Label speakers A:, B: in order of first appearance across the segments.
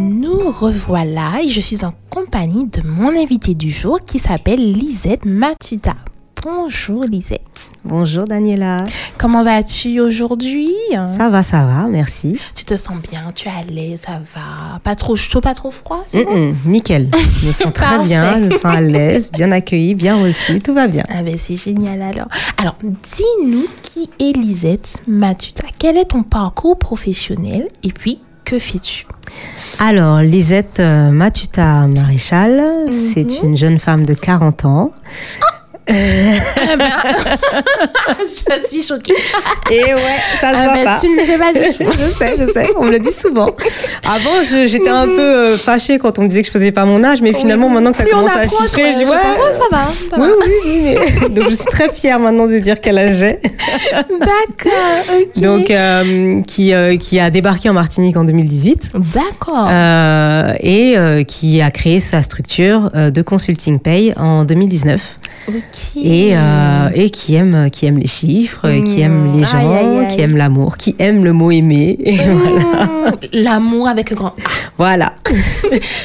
A: me revoilà et je suis en compagnie de mon invité du jour qui s'appelle Lisette Matuta. Bonjour Lisette.
B: Bonjour Daniela.
A: Comment vas-tu aujourd'hui
B: Ça va, ça va, merci.
A: Tu te sens bien, tu es à l'aise, ça va. Pas trop chaud, pas trop froid, c'est bon
B: Mm-mm, Oh, nickel. Je me sens très bien, je me sens à l'aise, bien accueillie, bien reçue, tout va bien.
A: Ah ben c'est génial alors. Alors dis-nous qui est Lisette Matuta. Quel est ton parcours professionnel et puis que fais-tu
B: Alors, Lisette euh, Matuta Maréchal, c'est une jeune femme de 40 ans.
A: Eh ben, Je suis choquée.
B: Et Eh ouais, ça se
A: Ah
B: voit
A: ben,
B: pas.
A: tu ne le sais pas du tout.
B: je sais, je sais, on me le dit souvent. Avant, je- j'étais un peu euh, fâchée quand on me disait que je faisais pas mon âge, mais finalement, maintenant que ça
A: Plus on
B: commence à
A: approche,
B: chiffrer, je dis
A: ouais,
B: ouais.
A: pense, ouais, ça va. ça
B: oui, oui, oui, mais- Donc, je suis très fière maintenant de dire quel âge j'ai.
A: va. D'accord, ok.
B: Donc, euh, qui, euh, qui a débarqué en Martinique en 2018.
A: D'accord.
B: Euh, et euh, qui a créé sa structure euh, de consulting pay en 2019
A: ok.
B: et, euh, et qui aime qui aime les chiffres, euh, qui aime
A: Mmh.
B: les gens,
A: Aïe, aïe, aïe.
B: qui aime l'amour, qui aime le mot aimer. Et
A: Mmh, L'amour avec un grand. A.
B: voilà.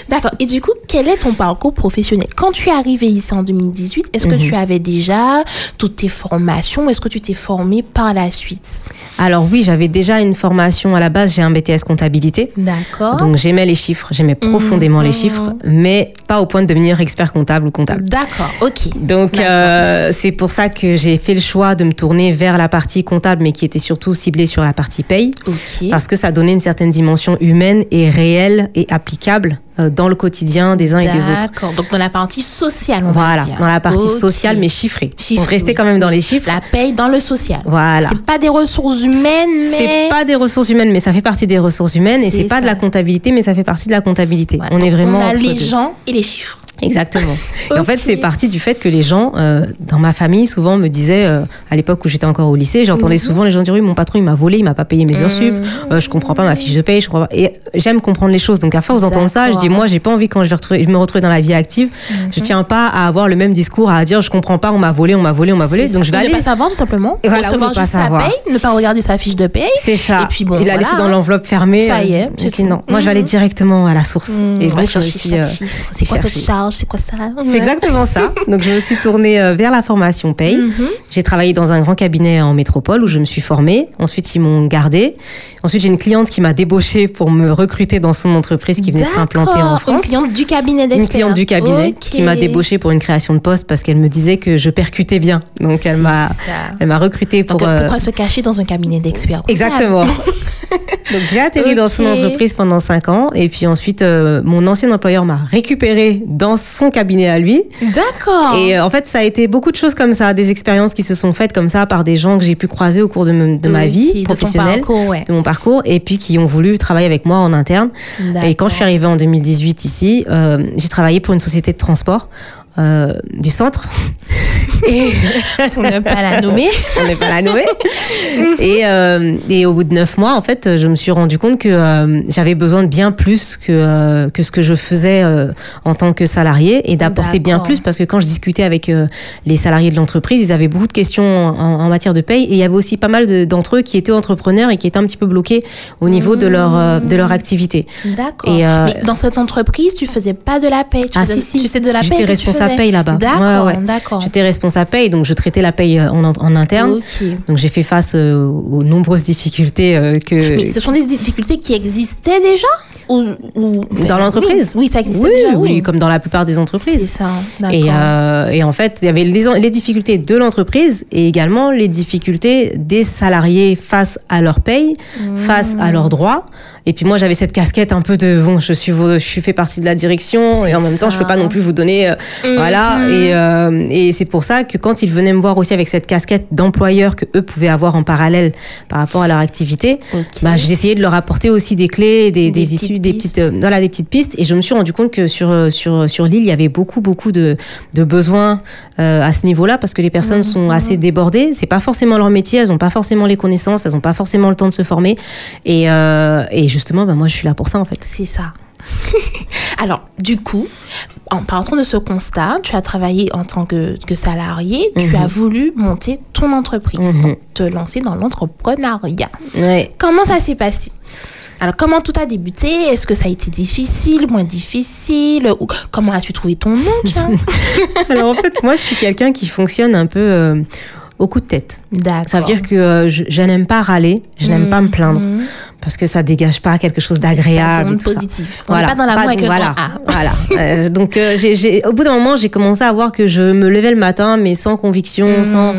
A: D'accord. Et du coup, quel est ton parcours professionnel Quand tu es arrivée ici en 2018, est-ce
B: Mmh.
A: que tu avais déjà toutes tes formations ou est-ce que tu t'es formée par la suite
B: Alors oui, j'avais déjà une formation à la base, j'ai un BTS comptabilité.
A: D'accord.
B: Donc j'aimais les chiffres, j'aimais
A: Mmh.
B: profondément les chiffres, mais pas au point de devenir expert comptable ou comptable.
A: D'accord, ok.
B: Donc euh, c'est pour ça que j'ai fait le choix de me tourner vers la partie comptable, mais qui était surtout ciblée sur la partie paye.
A: Ok.
B: parce que ça donnait une certaine dimension humaine et réelle et applicable euh, dans le quotidien des uns et des autres.
A: D'accord. Donc dans la partie sociale, on va
B: Voilà,
A: dire.
B: dans la partie
A: Ok.
B: sociale mais chiffrée.
A: Chiffrée,
B: On restait
A: oui.
B: quand même dans les chiffres.
A: La paye dans le social.
B: Voilà.
A: C'est pas des ressources humaines, mais.
B: C'est pas des ressources humaines, mais ça fait partie des ressources humaines. Et
A: C'est
B: c'est pas
A: ça.
B: de la comptabilité, mais ça fait partie de la comptabilité.
A: Voilà.
B: On est
A: Donc,
B: vraiment
A: On a
B: entre
A: les
B: deux.
A: gens et les chiffres.
B: Exactement. Et en fait,
A: Ok.
B: c'est parti du fait que les gens euh, dans ma famille souvent me disaient, euh, à l'époque où j'étais encore au lycée,
A: Mhm.
B: j'entendais souvent les gens dire oui, mon patron il m'a volé, il m'a pas payé mes heures sup, euh, je comprends pas ma fiche de paye, je comprends pas. Et euh, j'aime comprendre les choses, donc à force d'entendre ça, je dis
A: D'accord. Mhm.
B: moi j'ai pas envie quand je vais retrouver- je me retrouver dans la vie active, je tiens pas à avoir le même discours à dire je comprends pas, on m'a volé, on m'a volé, on m'a volé,
A: C'est
B: donc
A: ça.
B: je vais
A: Ou
B: aller.
A: Ne pas savoir tout simplement.
B: Et voilà, ou
A: Recevoir
B: ne pas
A: juste sa
B: savoir.
A: paye, ne pas regarder sa fiche de paye.
B: C'est ça.
A: Et puis bon,
B: il l'a
A: voilà,
B: laissé dans
A: hein.
B: l'enveloppe fermée.
A: Ça y est,
B: euh,
A: c'est
B: j'ai dit
A: tout. Mhm.
B: non. Moi, je vais aller directement à la source.
A: Mmh,
B: Et
A: on va
B: donc, j'ai
A: chercher
B: aussi,
A: chaque
B: euh,
A: chiffre. C'est quoi
B: chercher.
A: cette charge C'est quoi ça Ouais.
B: C'est exactement ça. Donc, je me suis tournée euh, vers la formation paye.
A: Mhm.
B: J'ai travaillé dans un grand cabinet en métropole où je me suis formée. Ensuite, ils m'ont gardée. Ensuite, j'ai une cliente qui m'a débauchée pour me recruter dans son entreprise qui venait de s'implanter
A: D'accord.
B: en France.
A: Une cliente du cabinet d'experts.
B: Une cliente du cabinet
A: Ok.
B: qui m'a débauchée pour une création de poste parce qu'elle me disait que je percutais bien. Donc, elle
A: C'est
B: m'a,
A: ça.
B: elle m'a recrutée pour.
A: Donc, euh,
B: euh,
A: pourquoi se cacher dans un cabinet d'experts
B: Exactement. Donc j'ai atterri dans son
A: Ok.
B: entreprise pendant 5 ans et puis ensuite euh, mon ancien employeur m'a récupéré dans son cabinet à lui
A: D'accord.
B: et euh, en fait ça a été beaucoup de choses comme ça, des expériences qui se sont faites comme ça par des gens que j'ai pu croiser au cours de, m- de ma
A: Ok,
B: vie
A: Euh, de ton
B: professionnelle,
A: parcours, ouais.
B: de mon parcours et puis qui ont voulu travailler avec moi en interne. Et quand je suis arrivée en 2018 ici, euh, j'ai travaillé pour une société de transport euh, du centre
A: pour ne pas la nommer.
B: on n'est pas la Noé. et, euh, et au bout de neuf mois, en fait, je me suis rendu compte que euh, j'avais besoin de bien plus que, euh, que ce que je faisais euh, en tant que salarié et d'apporter bien
A: D'accord.
B: plus parce que quand je discutais avec euh, les salariés de l'entreprise, ils avaient beaucoup de questions en, en matière de paye et il y avait aussi pas mal de- d'entre eux qui étaient entrepreneurs et qui étaient un petit peu bloqués au niveau de, leur, euh, de leur activité.
A: D'accord.
B: Et, euh,
A: Mais dans cette entreprise, tu faisais pas de la paie. Tu
B: Ah,
A: faisais,
B: si, si.
A: Tu sais de la paie.
B: J'étais
A: que tu
B: responsable
A: faisais.
B: paye là-bas.
A: D'accord,
B: Ouais, ouais.
A: d'accord.
B: J'étais responsable paye, donc je traitais la paye euh, en, en interne.
A: Ok.
B: Donc j'ai fait face euh, aux nombreuses difficultés euh, que,
A: Mais ce sont des difficultés qui existaient déjà ou, ou- Ben,
B: Dans l'entreprise
A: oui, oui, ça existait
B: oui,
A: déjà.
B: oui, comme dans la plupart des
A: c'est
B: entreprises.
A: ça. D'accord.
B: Et, euh, et en fait, il y avait les, les difficultés de l'entreprise et également les difficultés des salariés face à leur paye, face à leurs droits. Et puis moi, j'avais cette casquette un peu de bon, je suis, vos- je suis fait partie de la direction et en même temps, je peux pas non plus vous donner, euh, voilà. Et, euh, et c'est pour ça que quand ils venaient me voir aussi avec cette casquette d'employeur que eux pouvaient avoir en parallèle par rapport à leur activité,
A: Ok.
B: bah, j'ai essayé de leur apporter aussi des clés, des, des,
A: Des petites
B: issues, des
A: pistes.
B: petites, euh, voilà, des petites pistes. Et je me suis rendu compte que sur, euh, sur, sur l'île, il y avait beaucoup, beaucoup de, de besoins euh, à ce niveau-là parce que les personnes
A: Ah,
B: sont assez débordées. C'est pas forcément leur métier, elles ont pas forcément les connaissances, elles ont pas forcément le temps de se former. Et, euh, et justement, bah, moi, je suis là pour ça en fait.
A: C'est ça. Alors, du coup, en partant de ce constat, tu as travaillé en tant que, que salarié, tu as voulu monter Mhm. ton entreprise, donc te lancer dans l'entrepreneuriat. Comment ça s'est passé Alors, comment tout a débuté Est-ce que ça a été difficile, moins difficile ou Comment as-tu trouvé ton nom, tiens
B: Alors, en fait, moi, je suis quelqu'un qui fonctionne un peu euh, au coup de tête.
A: D'accord.
B: Ça veut dire que euh, je, je n'aime pas râler, je
A: Hmm.
B: n'aime pas me plaindre. Parce que ça dégage pas quelque chose d'agréable. et
A: Pardon,
B: tout ça.
A: positif. On n'est pas dans la avec le
B: voilà,
A: grand A.
B: voilà. Euh, donc, euh, j'ai- j'ai- au bout d'un moment, j'ai commencé à voir que je me levais le matin, mais sans conviction,
A: Hmm,
B: sans.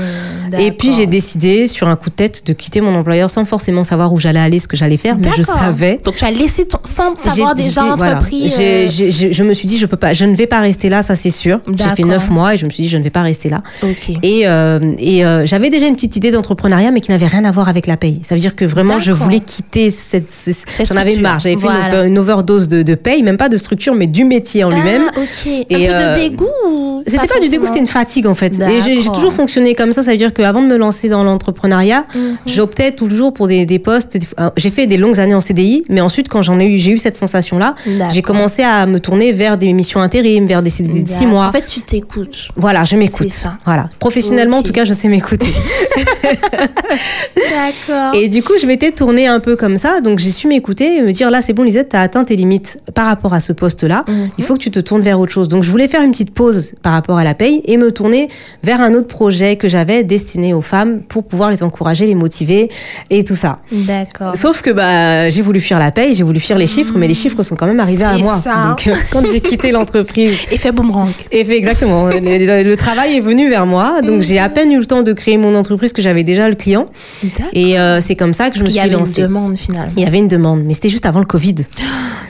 B: Et puis, j'ai décidé, sur un coup de tête, de quitter mon employeur sans forcément savoir où j'allais aller, ce que j'allais faire, mais je
A: D'accord.
B: savais.
A: Donc, tu as laissé ton, sans
B: J'ai
A: savoir
B: décidé-
A: déjà
B: voilà.
A: entrepris.
B: J'ai-
A: euh,
B: j'ai- j'ai- je me suis dit, je peux pas, je ne vais pas rester là, ça c'est sûr. J'ai fait
A: D'accord.
B: neuf mois et je me suis dit, je ne vais pas rester là.
A: Ok.
B: Et, euh, et, euh, j'avais déjà une petite idée d'entrepreneuriat, mais qui n'avait rien à voir avec la paye. Ça veut dire que vraiment, je
A: D'accord.
B: voulais quitter cette. ce- J'en
A: structure.
B: avais marre. J'avais fait une-
A: Voilà.
B: une, overdose de, de paye, même pas de structure, mais du métier en lui-même.
A: Ah, ok.
B: Et,
A: un peu
B: euh,
A: de dégoût ou
B: C'était pas, du dégoût, c'était
A: forcément
B: une fatigue en fait. Et j'ai- j'ai
A: D'accord.
B: toujours fonctionné comme ça. Ça veut dire qu'avant de me lancer dans l'entrepreneuriat,
A: Mhm.
B: j'optais toujours pour des, des postes. des- euh, J'ai fait des longues années en CDI, mais ensuite, quand j'en ai eu, j'ai eu cette sensation-là.
A: D'accord.
B: J'ai commencé à me tourner vers des missions intérim, vers des CDD de six
A: D'accord.
B: mois.
A: En fait, tu t'écoutes.
B: voilà, je m'écoute.
A: c'est ça.
B: Voilà, professionnellement,
A: Ok.
B: en tout cas, je sais m'écouter.
A: D'accord.
B: Et du coup, je m'étais tournée un peu comme ça, donc j'ai su m'écouter et me dire là, c'est bon, Lisette, t'as atteint tes limites par rapport à ce poste-là.
A: Mhm.
B: Il faut que tu te tournes vers autre chose. Donc, je voulais faire une petite pause par rapport à la paye et me tourner vers un autre projet que j'avais destiné aux femmes pour pouvoir les encourager, les motiver et tout ça.
A: D'accord.
B: Sauf que bah j'ai voulu fuir la paye, j'ai voulu fuir les chiffres, mais les chiffres sont quand même arrivés à
A: Mhm. C'est
B: moi.
A: ça.
B: Donc, euh, quand j'ai quitté l'entreprise
A: Effet boomerang.
B: et fait exactement. le, le- le travail est venu vers moi, donc j'ai
A: Mhm.
B: à peine eu le temps de créer mon entreprise que j'avais déjà le client. Et euh, c'est comme ça que je me
A: Il y
B: suis
A: avait une
B: lancée.
A: demande finalement.
B: Il y avait une demande, mais c'était juste avant le Covid. Donc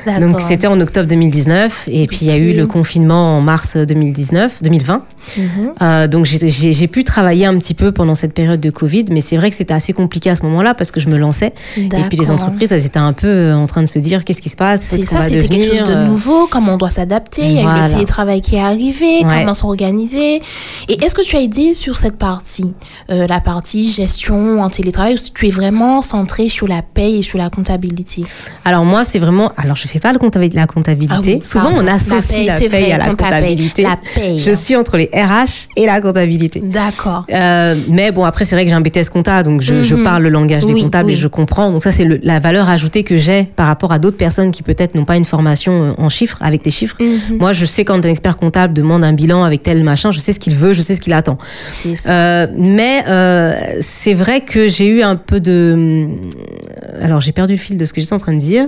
A: D'accord.
B: c'était en octobre 2019 et puis il y a eu
A: Ok.
B: le confinement en mars 2019, 2020.
A: Mhm.
B: Euh, donc j'ai- j'ai j'ai pu travailler un petit peu pendant cette période de Covid, mais c'est vrai que c'était assez compliqué à ce moment-là parce que je me lançais et puis les
A: D'accord.
B: entreprises elles étaient un peu euh, en train de se dire qu'est-ce qui se passe,
A: C'est
B: qu'est-ce qu'on
A: ça,
B: va
A: c'était
B: devenir.
A: quelque chose de
B: euh,
A: nouveau, comment on doit s'adapter. Il y a eu
B: Voilà.
A: le télétravail qui est arrivé,
B: Ouais.
A: comment s'organiser. Et est-ce que tu as aidé sur cette partie, euh, la partie gestion en télétravail, ou tu es vraiment centré sur la paye et sur la comptabilité
B: Alors moi c'est vraiment, alors je fais pas le comptabil- la comptabilité.
A: Ah oui,
B: Souvent
A: pardon.
B: on associe la
A: c'est
B: paye,
A: vrai,
B: à la
A: on t'appelle
B: comptabilité.
A: La paye. hein.
B: Je suis entre les RH et la comptabilité.
A: D'accord.
B: Euh, mais bon, après, c'est vrai que j'ai un BTS compta, donc je, je
A: Mhm.
B: parle le langage des
A: Oui,
B: comptables et
A: oui.
B: je comprends. Donc ça, c'est le- la valeur ajoutée que j'ai par rapport à d'autres personnes qui peut-être n'ont pas une formation euh, en chiffres, avec des chiffres.
A: Mhm.
B: Moi, je sais quand un expert comptable demande un bilan avec tel machin, je sais ce qu'il veut, je sais ce qu'il attend.
A: C'est ça.
B: Euh, mais euh, c'est vrai que j'ai eu un peu de... euh, Alors, j'ai perdu le fil de ce que j'étais en train de dire.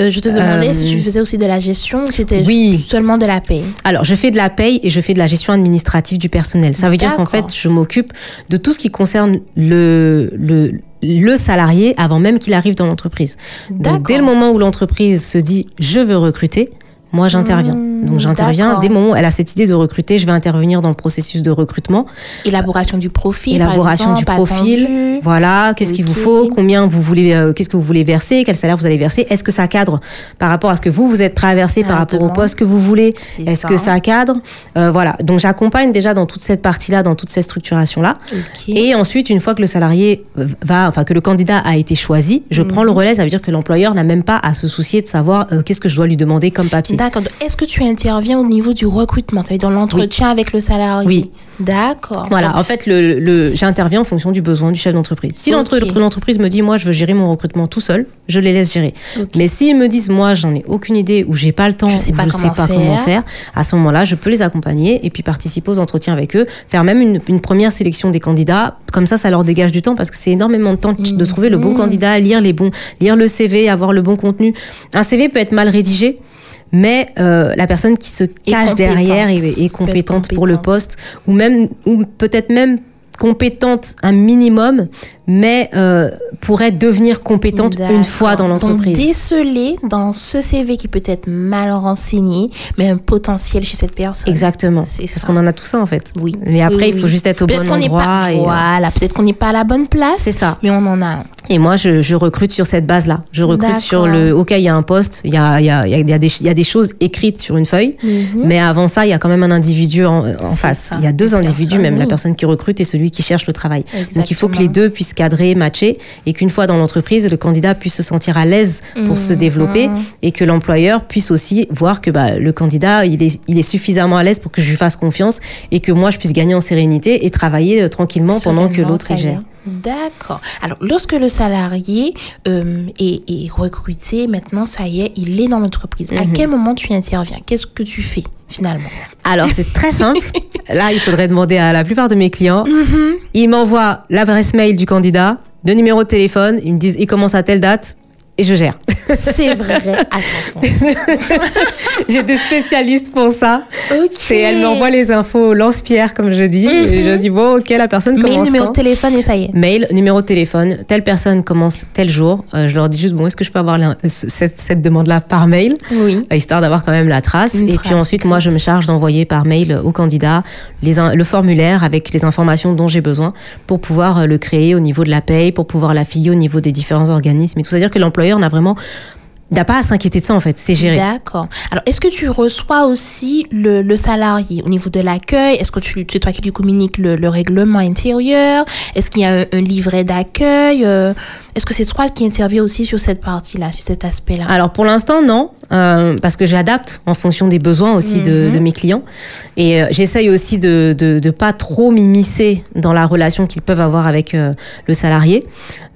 A: Euh, je te demandais
B: euh,
A: si tu faisais aussi de la gestion ou c'était
B: Oui.
A: seulement de la paye.
B: Alors, je fais de la paye et je fais de la gestion administrative du personnel. Ça veut dire qu'en fait,
A: D'accord.
B: je m'occupe de tout ce qui concerne le, le, le salarié avant même qu'il arrive dans l'entreprise.
A: D'accord.
B: Donc, dès le moment où l'entreprise se dit je veux recruter, moi j'interviens.
A: Mmh,
B: Donc, j'interviens
A: d'accord.
B: dès le moment où elle a cette idée de recruter, je vais intervenir dans le processus de recrutement.
A: Élaboration du profil,
B: Élaboration
A: par
B: du
A: exemple,
B: profil.
A: attendu.
B: Voilà, qu'est-ce qu'il vous
A: Ok.
B: faut, combien vous voulez, euh, qu'est-ce que vous voulez verser, quel salaire vous allez verser, est-ce que ça cadre par rapport à ce que vous vous êtes prêt à verser,
A: Ah,
B: par rapport au
A: demande.
B: poste que vous voulez,
A: C'est
B: est-ce
A: ça.
B: que ça cadre, Euh, voilà. Donc j'accompagne déjà dans toute cette partie-là, dans toute cette structuration-là.
A: Ok.
B: Et ensuite, une fois que le salarié euh, va, enfin que le candidat a été choisi, je prends
A: Mhm.
B: le relais. Ça veut dire que l'employeur n'a même pas à se soucier de savoir euh, qu'est-ce que je dois lui demander comme papier.
A: D'accord. Donc, Est-ce que tu interviens au niveau du recrutement, c'est-à-dire dans l'entretien avec le salarié
B: Oui.
A: D'accord.
B: Voilà,
A: Donc,
B: en fait, le, le- j'interviens en fonction du besoin du chef d'entreprise. Si
A: Ok.
B: l'entre- l'entreprise me dit, moi, je veux gérer mon recrutement tout seul, je les laisse gérer. Mais s'ils me disent, moi, j'en ai aucune idée ou j'ai pas le temps,
A: Je sais
B: ou
A: pas
B: je
A: comment
B: sais pas
A: faire.
B: comment faire, à ce moment-là, je peux les accompagner et puis participer aux entretiens avec eux, faire même une, une première sélection des candidats. Comme ça, ça leur dégage du temps parce que c'est énormément de temps de
A: Mmh.
B: de trouver le bon candidat, lire les bons, lire le CV, avoir le bon contenu. Un CV peut être mal rédigé. Mais euh, la personne qui se cache
A: compétente.
B: derrière et, et
A: Peut être
B: compétente pour le
A: compétente.
B: poste poste, ou même ou peut-être même compétente un minimum, mais euh, pourrait devenir compétente une
A: d'accord.
B: fois dans
A: Donc,
B: l'entreprise.
A: déceler dans ce CV qui peut être mal renseigné, mais un potentiel chez cette personne.
B: Exactement.
A: C'est
B: Parce
A: ça.
B: qu'on en a tout ça en fait.
A: Oui.
B: Mais après,
A: Oui,
B: il
A: oui,
B: faut
A: oui.
B: juste être au
A: Peut-être
B: bon
A: qu'on n'est
B: endroit.
A: Pas,
B: et, euh,
A: Voilà, peut-être qu'on n'est pas à la bonne place.
B: C'est ça.
A: Mais on en a un.
B: Et moi, je, je recrute sur cette base-là. Je recrute
A: D'accord.
B: sur le. Ok, il y a un poste, il y a, il y, a, il y, a- il y a des- il y a des choses écrites sur une feuille, mais avant ça, il y a quand même un individu en, en
A: Mhm. C'est
B: face.
A: ça.
B: Il y a deux
A: Une
B: individus,
A: personne,
B: même la
A: oui.
B: personne qui recrute et celui qui cherche le travail. Donc il faut que
A: Exactement.
B: les deux puissent cadrer, matcher, et qu'une fois dans l'entreprise, le candidat puisse se sentir à l'aise
A: Mhm.
B: pour se développer et que l'employeur puisse aussi voir que bah, le candidat, il est, il est suffisamment à l'aise pour que je lui fasse confiance et que moi, je puisse gagner en sérénité et travailler euh, tranquillement pendant que
A: Sereinement,
B: l'autre
A: ça
B: y
A: y est.
B: gère.
A: D'accord. Alors, lorsque le salarié euh, est, est recruté, maintenant, ça y est, il est dans l'entreprise.
B: Mhm.
A: À quel moment tu interviens Qu'est-ce que tu fais finalement
B: Alors, c'est très simple. Là, il faudrait demander à la plupart de mes clients. Ils m'envoient l'adresse mail du candidat, le numéro de téléphone. Ils me disent, il commence à telle date et je gère.
A: C'est vrai. Attention.
B: J'ai des spécialistes pour ça.
A: Ok.
B: C'est, elle m'envoie les infos au lance-pierre, comme je dis. Et je dis, bon, ok, la personne commence
A: Mail, numéro
B: quand
A: de téléphone et ça y est.
B: Mail, numéro de téléphone, telle personne commence tel jour. Euh, je leur dis juste, bon, est-ce que je peux avoir la- ce- cette, cette demande-là par mail
A: Oui.
B: Euh, histoire d'avoir quand même la trace.
A: Une
B: et
A: trace
B: puis ensuite, moi, je me charge d'envoyer par mail euh, au candidat les, in- le formulaire avec les informations dont j'ai besoin pour pouvoir euh, le créer au niveau de la paye, pour pouvoir l'affilier au niveau des différents organismes. et tout. C'est-à-dire que l'employeur n'a vraiment n'a pas à s'inquiéter de ça en fait, c'est géré.
A: D'accord. Alors, est-ce que tu reçois aussi le, le salarié au niveau de l'accueil Est-ce que tu- c'est toi qui lui communiques le, le règlement intérieur Est-ce qu'il y a un, un livret d'accueil Euh, Est-ce que c'est toi qui interviens aussi sur cette partie-là, sur cet aspect-là
B: Alors pour l'instant non, euh, parce que j'adapte en fonction des besoins aussi
A: Mhm.
B: de, de mes clients et euh, j'essaye aussi de de, de pas trop m'immiscer dans la relation qu'ils peuvent avoir avec euh, le salarié.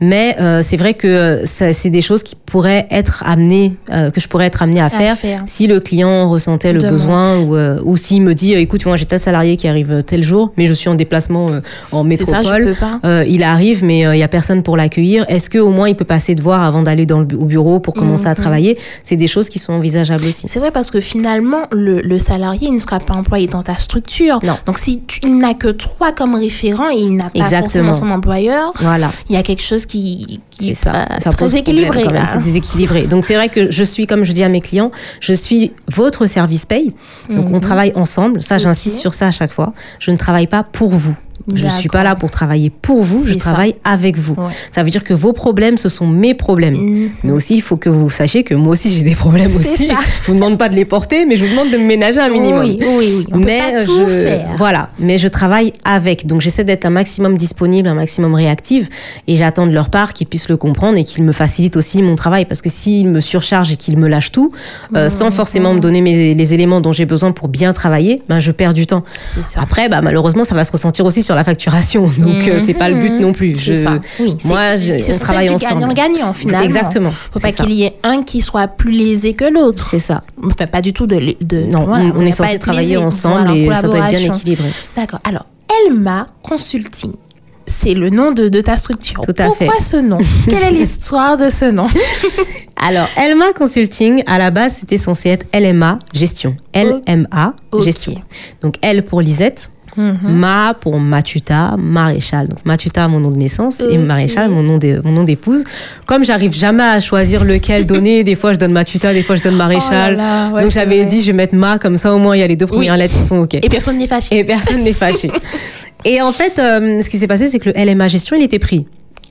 B: Mais euh, c'est vrai que euh, ça- c'est des choses qui pourraient être amenées, euh, que je pourrais être amenée à, faire,
A: faire.
B: si le client ressentait le
A: Demande.
B: besoin ou euh, ou s'il me dit euh, écoute moi j'ai tel salarié qui arrive tel jour mais je suis en déplacement euh, en
A: C'est ça,
B: métropole.
A: je peux pas.
B: Euh, il arrive, mais il n'y a personne pour l'accueillir. Est-ce que au moins il peut passer de voir avant d'aller dans le bu- au bureau pour commencer à travailler C'est des choses qui sont envisageables aussi.
A: C'est vrai parce que finalement, le, le salarié il ne sera pas employé dans ta structure.
B: Non.
A: Donc, si tu- il n'a que toi comme référent et il n'a pas
B: Exactement.
A: forcément son employeur,
B: Voilà.
A: il y a quelque chose qui, qui
B: C'est ça.
A: est pas Euh,
B: ça pose
A: très
B: problème
A: équilibré.
B: quand même,
A: là.
B: C'est déséquilibré. Donc c'est vrai que je suis, comme je dis à mes clients, je suis votre service paye. Donc
A: Mhm.
B: on travaille ensemble. Ça, j'insiste sur ça à chaque fois. Je ne travaille pas pour vous. Je ne suis pas là pour travailler pour vous, je
A: C'est ça.
B: travaille avec vous.
A: Ouais. Mhm.
B: Ça veut dire que vos problèmes, ce sont mes problèmes. Mais aussi, il faut que vous sachiez que moi aussi, j'ai des problèmes
A: C'est
B: aussi.
A: ça.
B: Je vous demande pas de les porter, mais je vous demande de me ménager un minimum.
A: Oui, oui, oui. On peut
B: mais
A: pas
B: euh,
A: tout
B: je
A: faire.
B: voilà, mais je travaille avec. Donc j'essaie d'être un maximum disponible, un maximum réactive et j'attends de leur part qu'ils puissent le comprendre et qu'ils me facilitent aussi mon travail parce que s'ils me surchargent et qu'ils me lâchent tout
A: Mmh,
B: euh, sans forcément me donner mes- les éléments dont j'ai besoin pour bien travailler, ben je perds du temps.
A: C'est ça.
B: Après bah malheureusement ça va se ressentir aussi sur la facturation. Donc euh, c'est pas le but non plus.
A: Mmh, C'est
B: Je-
A: ça. Oui, c'est-
B: moi
A: c'est-
B: je,
A: c'est
B: on
A: sur
B: travaille
A: celle du
B: ensemble.
A: Gagnant-gagnant hein, finalement.
B: Exactement,
A: Faut
B: c'est
A: pas
B: ça.
A: qu'il y ait un qui soit plus lésé que l'autre.
B: C'est ça.
A: Enfin, pas du tout de. lé- de
B: Non,
A: voilà,
B: on- on,
A: va
B: est
A: pas
B: censé
A: être
B: travailler
A: lésé.
B: ensemble
A: Voilà,
B: et ça doit être bien
A: collaboration.
B: équilibré.
A: D'accord. Alors, Elma Consulting. C'est le nom de, de ta structure.
B: Tout à
A: Pourquoi
B: fait.
A: ce nom Quelle est l'histoire de ce nom
B: Alors, Elma Consulting, à la base, c'était censé être LMA Gestion. LMA
A: Ok. Mhm.
B: Gestion. Donc, L pour Lisette, Ma pour Matuta, Maréchal. Donc, Matuta, mon nom de naissance, et
A: Ok.
B: Maréchal, mon nom de- mon nom d'épouse. Comme j'arrive jamais à choisir lequel donner, des fois je donne Matuta, des fois je donne Maréchal.
A: Oh là là, ouais,
B: Donc,
A: c'est
B: j'avais
A: vrai.
B: dit, je vais mettre Ma, comme ça au moins il y a les deux premières lettres qui sont OK.
A: Et personne n'est fâché.
B: Et personne n'est fâché. Et en fait, euh, ce qui s'est passé, c'est que le LMA gestion, il était pris.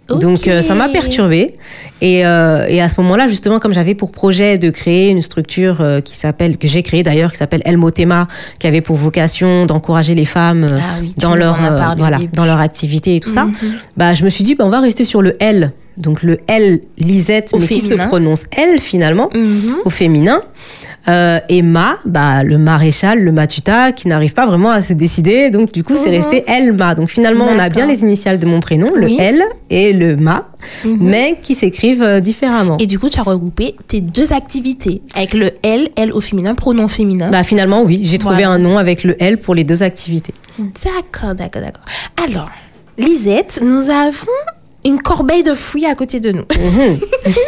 A: Ok.
B: Donc euh, ça m'a perturbée et, euh, et à ce moment-là justement comme j'avais pour projet de créer une structure euh, qui s'appelle que j'ai créée d'ailleurs qui s'appelle El Motema qui avait pour vocation d'encourager les femmes euh,
A: Ah oui, tu
B: dans
A: nous
B: leur
A: en as
B: euh,
A: parlé au
B: voilà
A: début. Mhm.
B: dans leur activité et tout ça bah je me suis dit bah, on va rester sur le L donc le L Lisette
A: Au
B: mais qui se
A: féminin.
B: prononce L finalement
A: Mhm.
B: au féminin. Euh, et Ma, bah, le maréchal, le matuta, qui n'arrive pas vraiment à se décider. Donc, du coup, c'est resté Elma. Donc, finalement, on a bien
A: Mhm. D'accord.
B: les initiales de mon prénom, le
A: Oui. Mhm.
B: L et le Ma, mais qui s'écrivent euh, différemment.
A: Et du coup, tu as regroupé tes deux activités avec le L, L au féminin, pronom féminin.
B: Bah, finalement, oui, j'ai trouvé
A: Voilà.
B: un nom avec le L pour les deux activités.
A: D'accord, d'accord, d'accord. Alors, Lisette, nous avons une corbeille de fruits à côté de nous.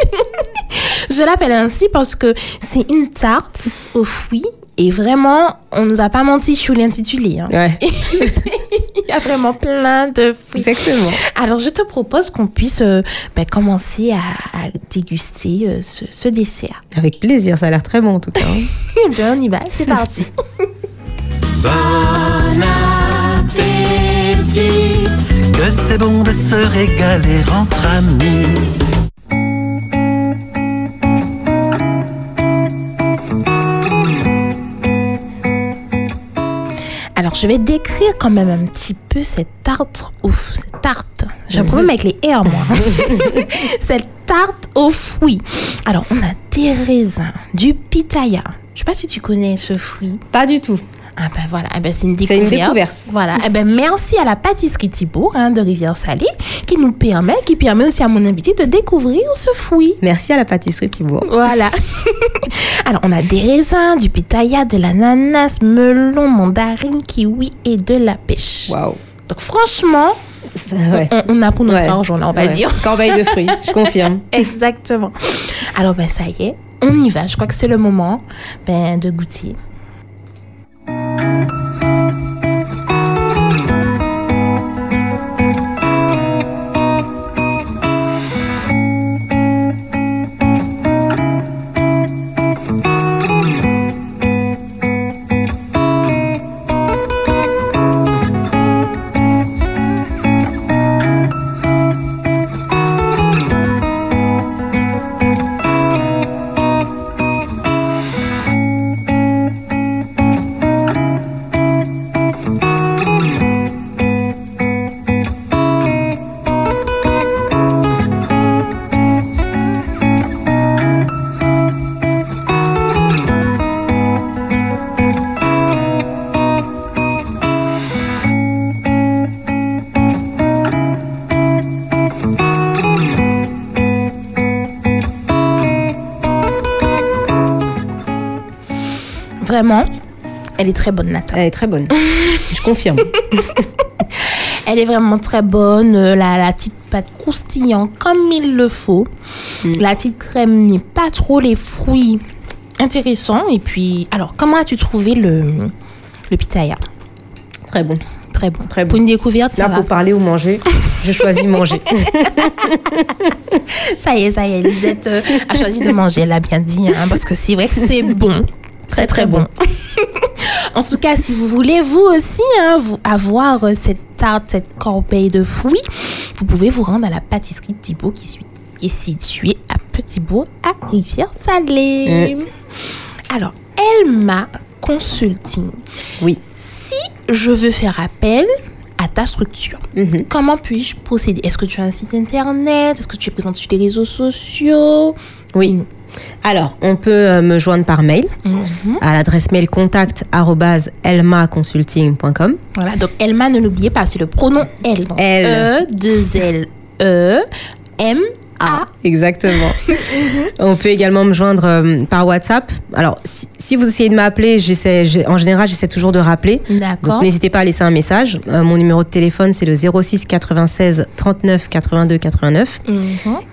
A: Je l'appelle ainsi parce que c'est une tarte aux fruits. Et vraiment, on nous a pas menti sur l'intitulé. hein.
B: Ouais,
A: Il y a vraiment plein de fruits.
B: exactement.
A: Alors, je te propose qu'on puisse euh, ben, commencer à, à déguster euh, ce, ce dessert.
B: Avec plaisir, ça a l'air très bon en tout cas. hein.
A: Eh bien, on y va, c'est parti.
C: Que c'est bon de se régaler entre amis.
A: Alors, je vais décrire quand même un petit peu cette tarte. Ouf, cette tarte. Je J'ai un
B: Mhm.
A: problème avec les R, moi. Cette tarte aux fruits. Alors, on a des raisins, du pitaya. Je sais pas si tu connais ce fruit.
B: Pas du tout.
A: Ah ben voilà, Ah ben c'est une
B: C'est
A: découverte.
B: une découverte.
A: Voilà. Ah ben merci à la pâtisserie Thibault hein, de Rivière Salée qui nous permet, qui permet aussi à mon invité de découvrir ce fruit.
B: Merci à la pâtisserie Thibault.
A: Voilà. Alors, on a des raisins, du pitaya, de l'ananas, melon, mandarine, kiwi et de la pêche.
B: Waouh.
A: Donc, franchement,
B: Ça, ouais.
A: on, on a pour notre
B: Ouais.
A: argent, là, on va
B: Ouais.
A: dire.
B: Corbeille de fruits, je confirme.
A: Exactement. Alors, ben, ça y est, on y va. Je crois que c'est le moment ben, de goûter. Vraiment, elle est très bonne, Nathan.
B: Elle est très bonne. Je confirme.
A: Elle est vraiment très bonne. euh, La, la petite pâte croustillante comme il le faut.
B: Mm.
A: La petite crème n'est pas trop les fruits intéressants. Et puis, alors, comment as-tu trouvé le, le pitaya
B: Très bon.
A: Très bon.
B: Très bon.
A: Pour une découverte, ça
B: Là,
A: va.
B: pour parler ou manger, je choisis manger.
A: Ça y est, ça y est. Lisette euh, a choisi de manger, elle a bien dit. hein, parce que c'est vrai que c'est bon. Très, très bon. En tout cas, si vous voulez vous aussi hein, vous avoir euh, cette tarte, cette corbeille de fruits, vous pouvez vous rendre à la pâtisserie Thibault qui, suit- qui est située à Petitbourg, à Rivière-Salée. Alors, Elma Consulting,
B: Oui.
A: si je veux faire appel à ta structure,
B: Mhm.
A: comment puis-je procéder Est-ce que tu as un site internet Est-ce que tu es présente sur les réseaux sociaux
B: Oui. Alors, on peut euh, me joindre par mail
A: Mhm.
B: à l'adresse mail contact@elmaconsulting.com.
A: Voilà, donc Elma, ne l'oubliez pas, c'est le pronom L. Donc
B: L.
A: E, 2 L, E, M, A.
B: Ah, Exactement.
A: Mhm.
B: on peut également me joindre euh, par WhatsApp. Alors, si, si vous essayez de m'appeler, j'essaie, j'ai- en général, j'essaie toujours de rappeler.
A: D'accord.
B: Donc, n'hésitez pas à laisser un message. Euh, mon numéro de téléphone, c'est le 06 96 39 82 89.
A: Mhm.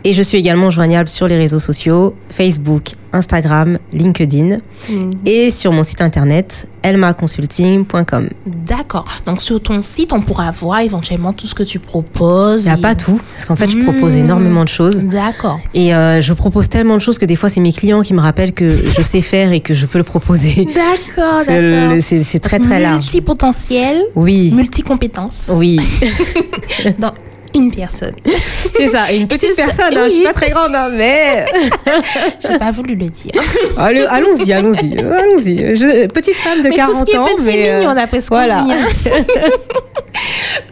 B: Et je suis également joignable sur les réseaux sociaux, Facebook, Instagram, LinkedIn
A: Mm.
B: et sur mon site internet elmaconsulting.com.
A: D'accord. Donc sur ton site, on pourra voir éventuellement tout ce que tu proposes.
B: Il n'y a
A: et-
B: pas tout, parce qu'en fait, je propose
A: Mmh.
B: énormément de choses.
A: D'accord.
B: Et euh, je propose tellement de choses que des fois, c'est mes clients qui me rappellent que je sais faire et que je peux le proposer.
A: Oh, D'accord,
B: C'est le- C'est c'est très, très large.
A: Multipotentiel,
B: Oui,
A: multicompétence
B: oui.
A: dans une personne.
B: C'est ça, une
A: petite personne, hein, je suis pas
B: très grande, mais...
A: J'ai pas voulu le dire.
B: Allons-y, allons-y, euh, allons-y. Je- Petite femme de
A: Mais
B: 40
A: tout ce qui
B: ans,
A: est petit
B: mais... euh,
A: mignon, d'après ce qu'on
B: voilà.
A: dit, hein.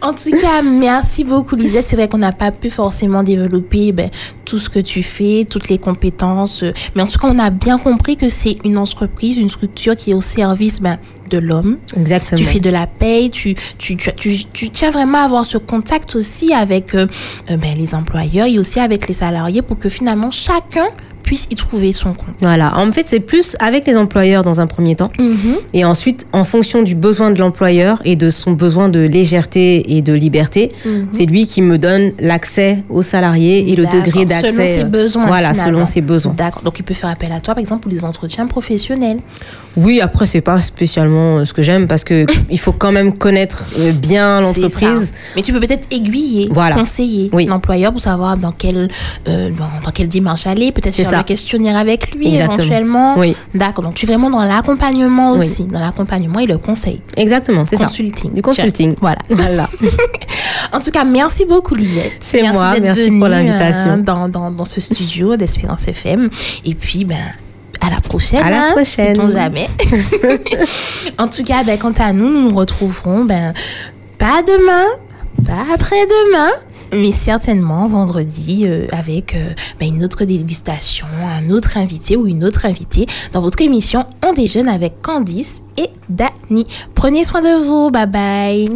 A: En tout cas, merci beaucoup Lisette. C'est vrai qu'on n'a pas pu forcément développer ben, tout ce que tu fais, toutes les compétences. euh, Mais en tout cas, on a bien compris que c'est une entreprise, une structure qui est au service ben, de l'homme.
B: Exactement.
A: Tu fais de la paye, tu, tu, tu, tu- tu tiens vraiment à avoir ce contact aussi avec euh, euh, ben, les employeurs et aussi avec les salariés pour que finalement chacun puisse y trouver son compte.
B: Voilà, en fait, c'est plus avec les employeurs dans un premier temps.
A: Mmh.
B: Et ensuite, en fonction du besoin de l'employeur et de son besoin de légèreté et de liberté,
A: Mmh.
B: c'est lui qui me donne l'accès aux salariés et le
A: D'accord.
B: degré d'accès.
A: Selon ses
B: euh,
A: besoins.
B: Voilà,
A: finalement.
B: selon ses besoins.
A: D'accord. Donc, il peut faire appel à toi, par exemple, pour des entretiens professionnels.
B: Oui, après, c'est pas spécialement euh, ce que j'aime parce que il faut quand même connaître euh, bien l'entreprise.
A: C'est ça. Mais tu peux peut-être aiguiller,
B: Voilà.
A: conseiller
B: Oui.
A: l'employeur pour savoir dans quelle, euh, dans, dans quelle démarche aller, peut-être
B: C'est
A: faire
B: ça.
A: le questionnaire avec lui
B: Exactement.
A: éventuellement.
B: Oui.
A: D'accord. Donc, tu es vraiment dans l'accompagnement
B: Oui.
A: aussi, dans l'accompagnement et le conseil.
B: Exactement, c'est ça.
A: Consulting.
B: Du consulting.
A: Voilà.
B: Voilà.
A: En tout cas, merci beaucoup, Lisette.
B: C'est moi,
A: d'être
B: merci
A: venue,
B: pour l'invitation.
A: hein, dans, dans, dans ce studio d'Espérance FM. Et puis, ben, à la prochaine.
B: À la
A: hein,
B: prochaine.
A: sait-on jamais. en tout cas, ben, quant à nous, nous nous retrouverons ben, pas demain, pas après-demain, Mais certainement vendredi euh, avec euh, ben, une autre dégustation, un autre invité ou une autre invitée dans votre émission On déjeune avec Candice et Dani. Prenez soin de vous, bye bye.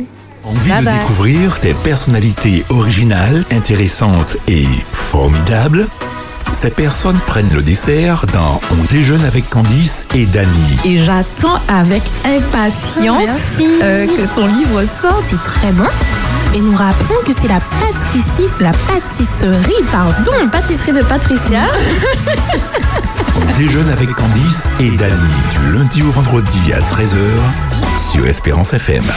D: Envie
B: Bye
D: de
B: bye.
D: découvrir des personnalités originales, intéressantes et formidables Ces personnes prennent le dessert dans On déjeune avec Candice et Dany.
E: Et j'attends avec impatience
A: Merci.
E: euh, que ton livre sorte.
A: C'est très bon.
E: Et nous rappelons que c'est la pâtisserie, la pâtisserie, pardon,
B: Pâtisserie de Patricia.
D: On déjeune avec Candice et Dany du lundi au vendredi à 13h sur Espérance FM.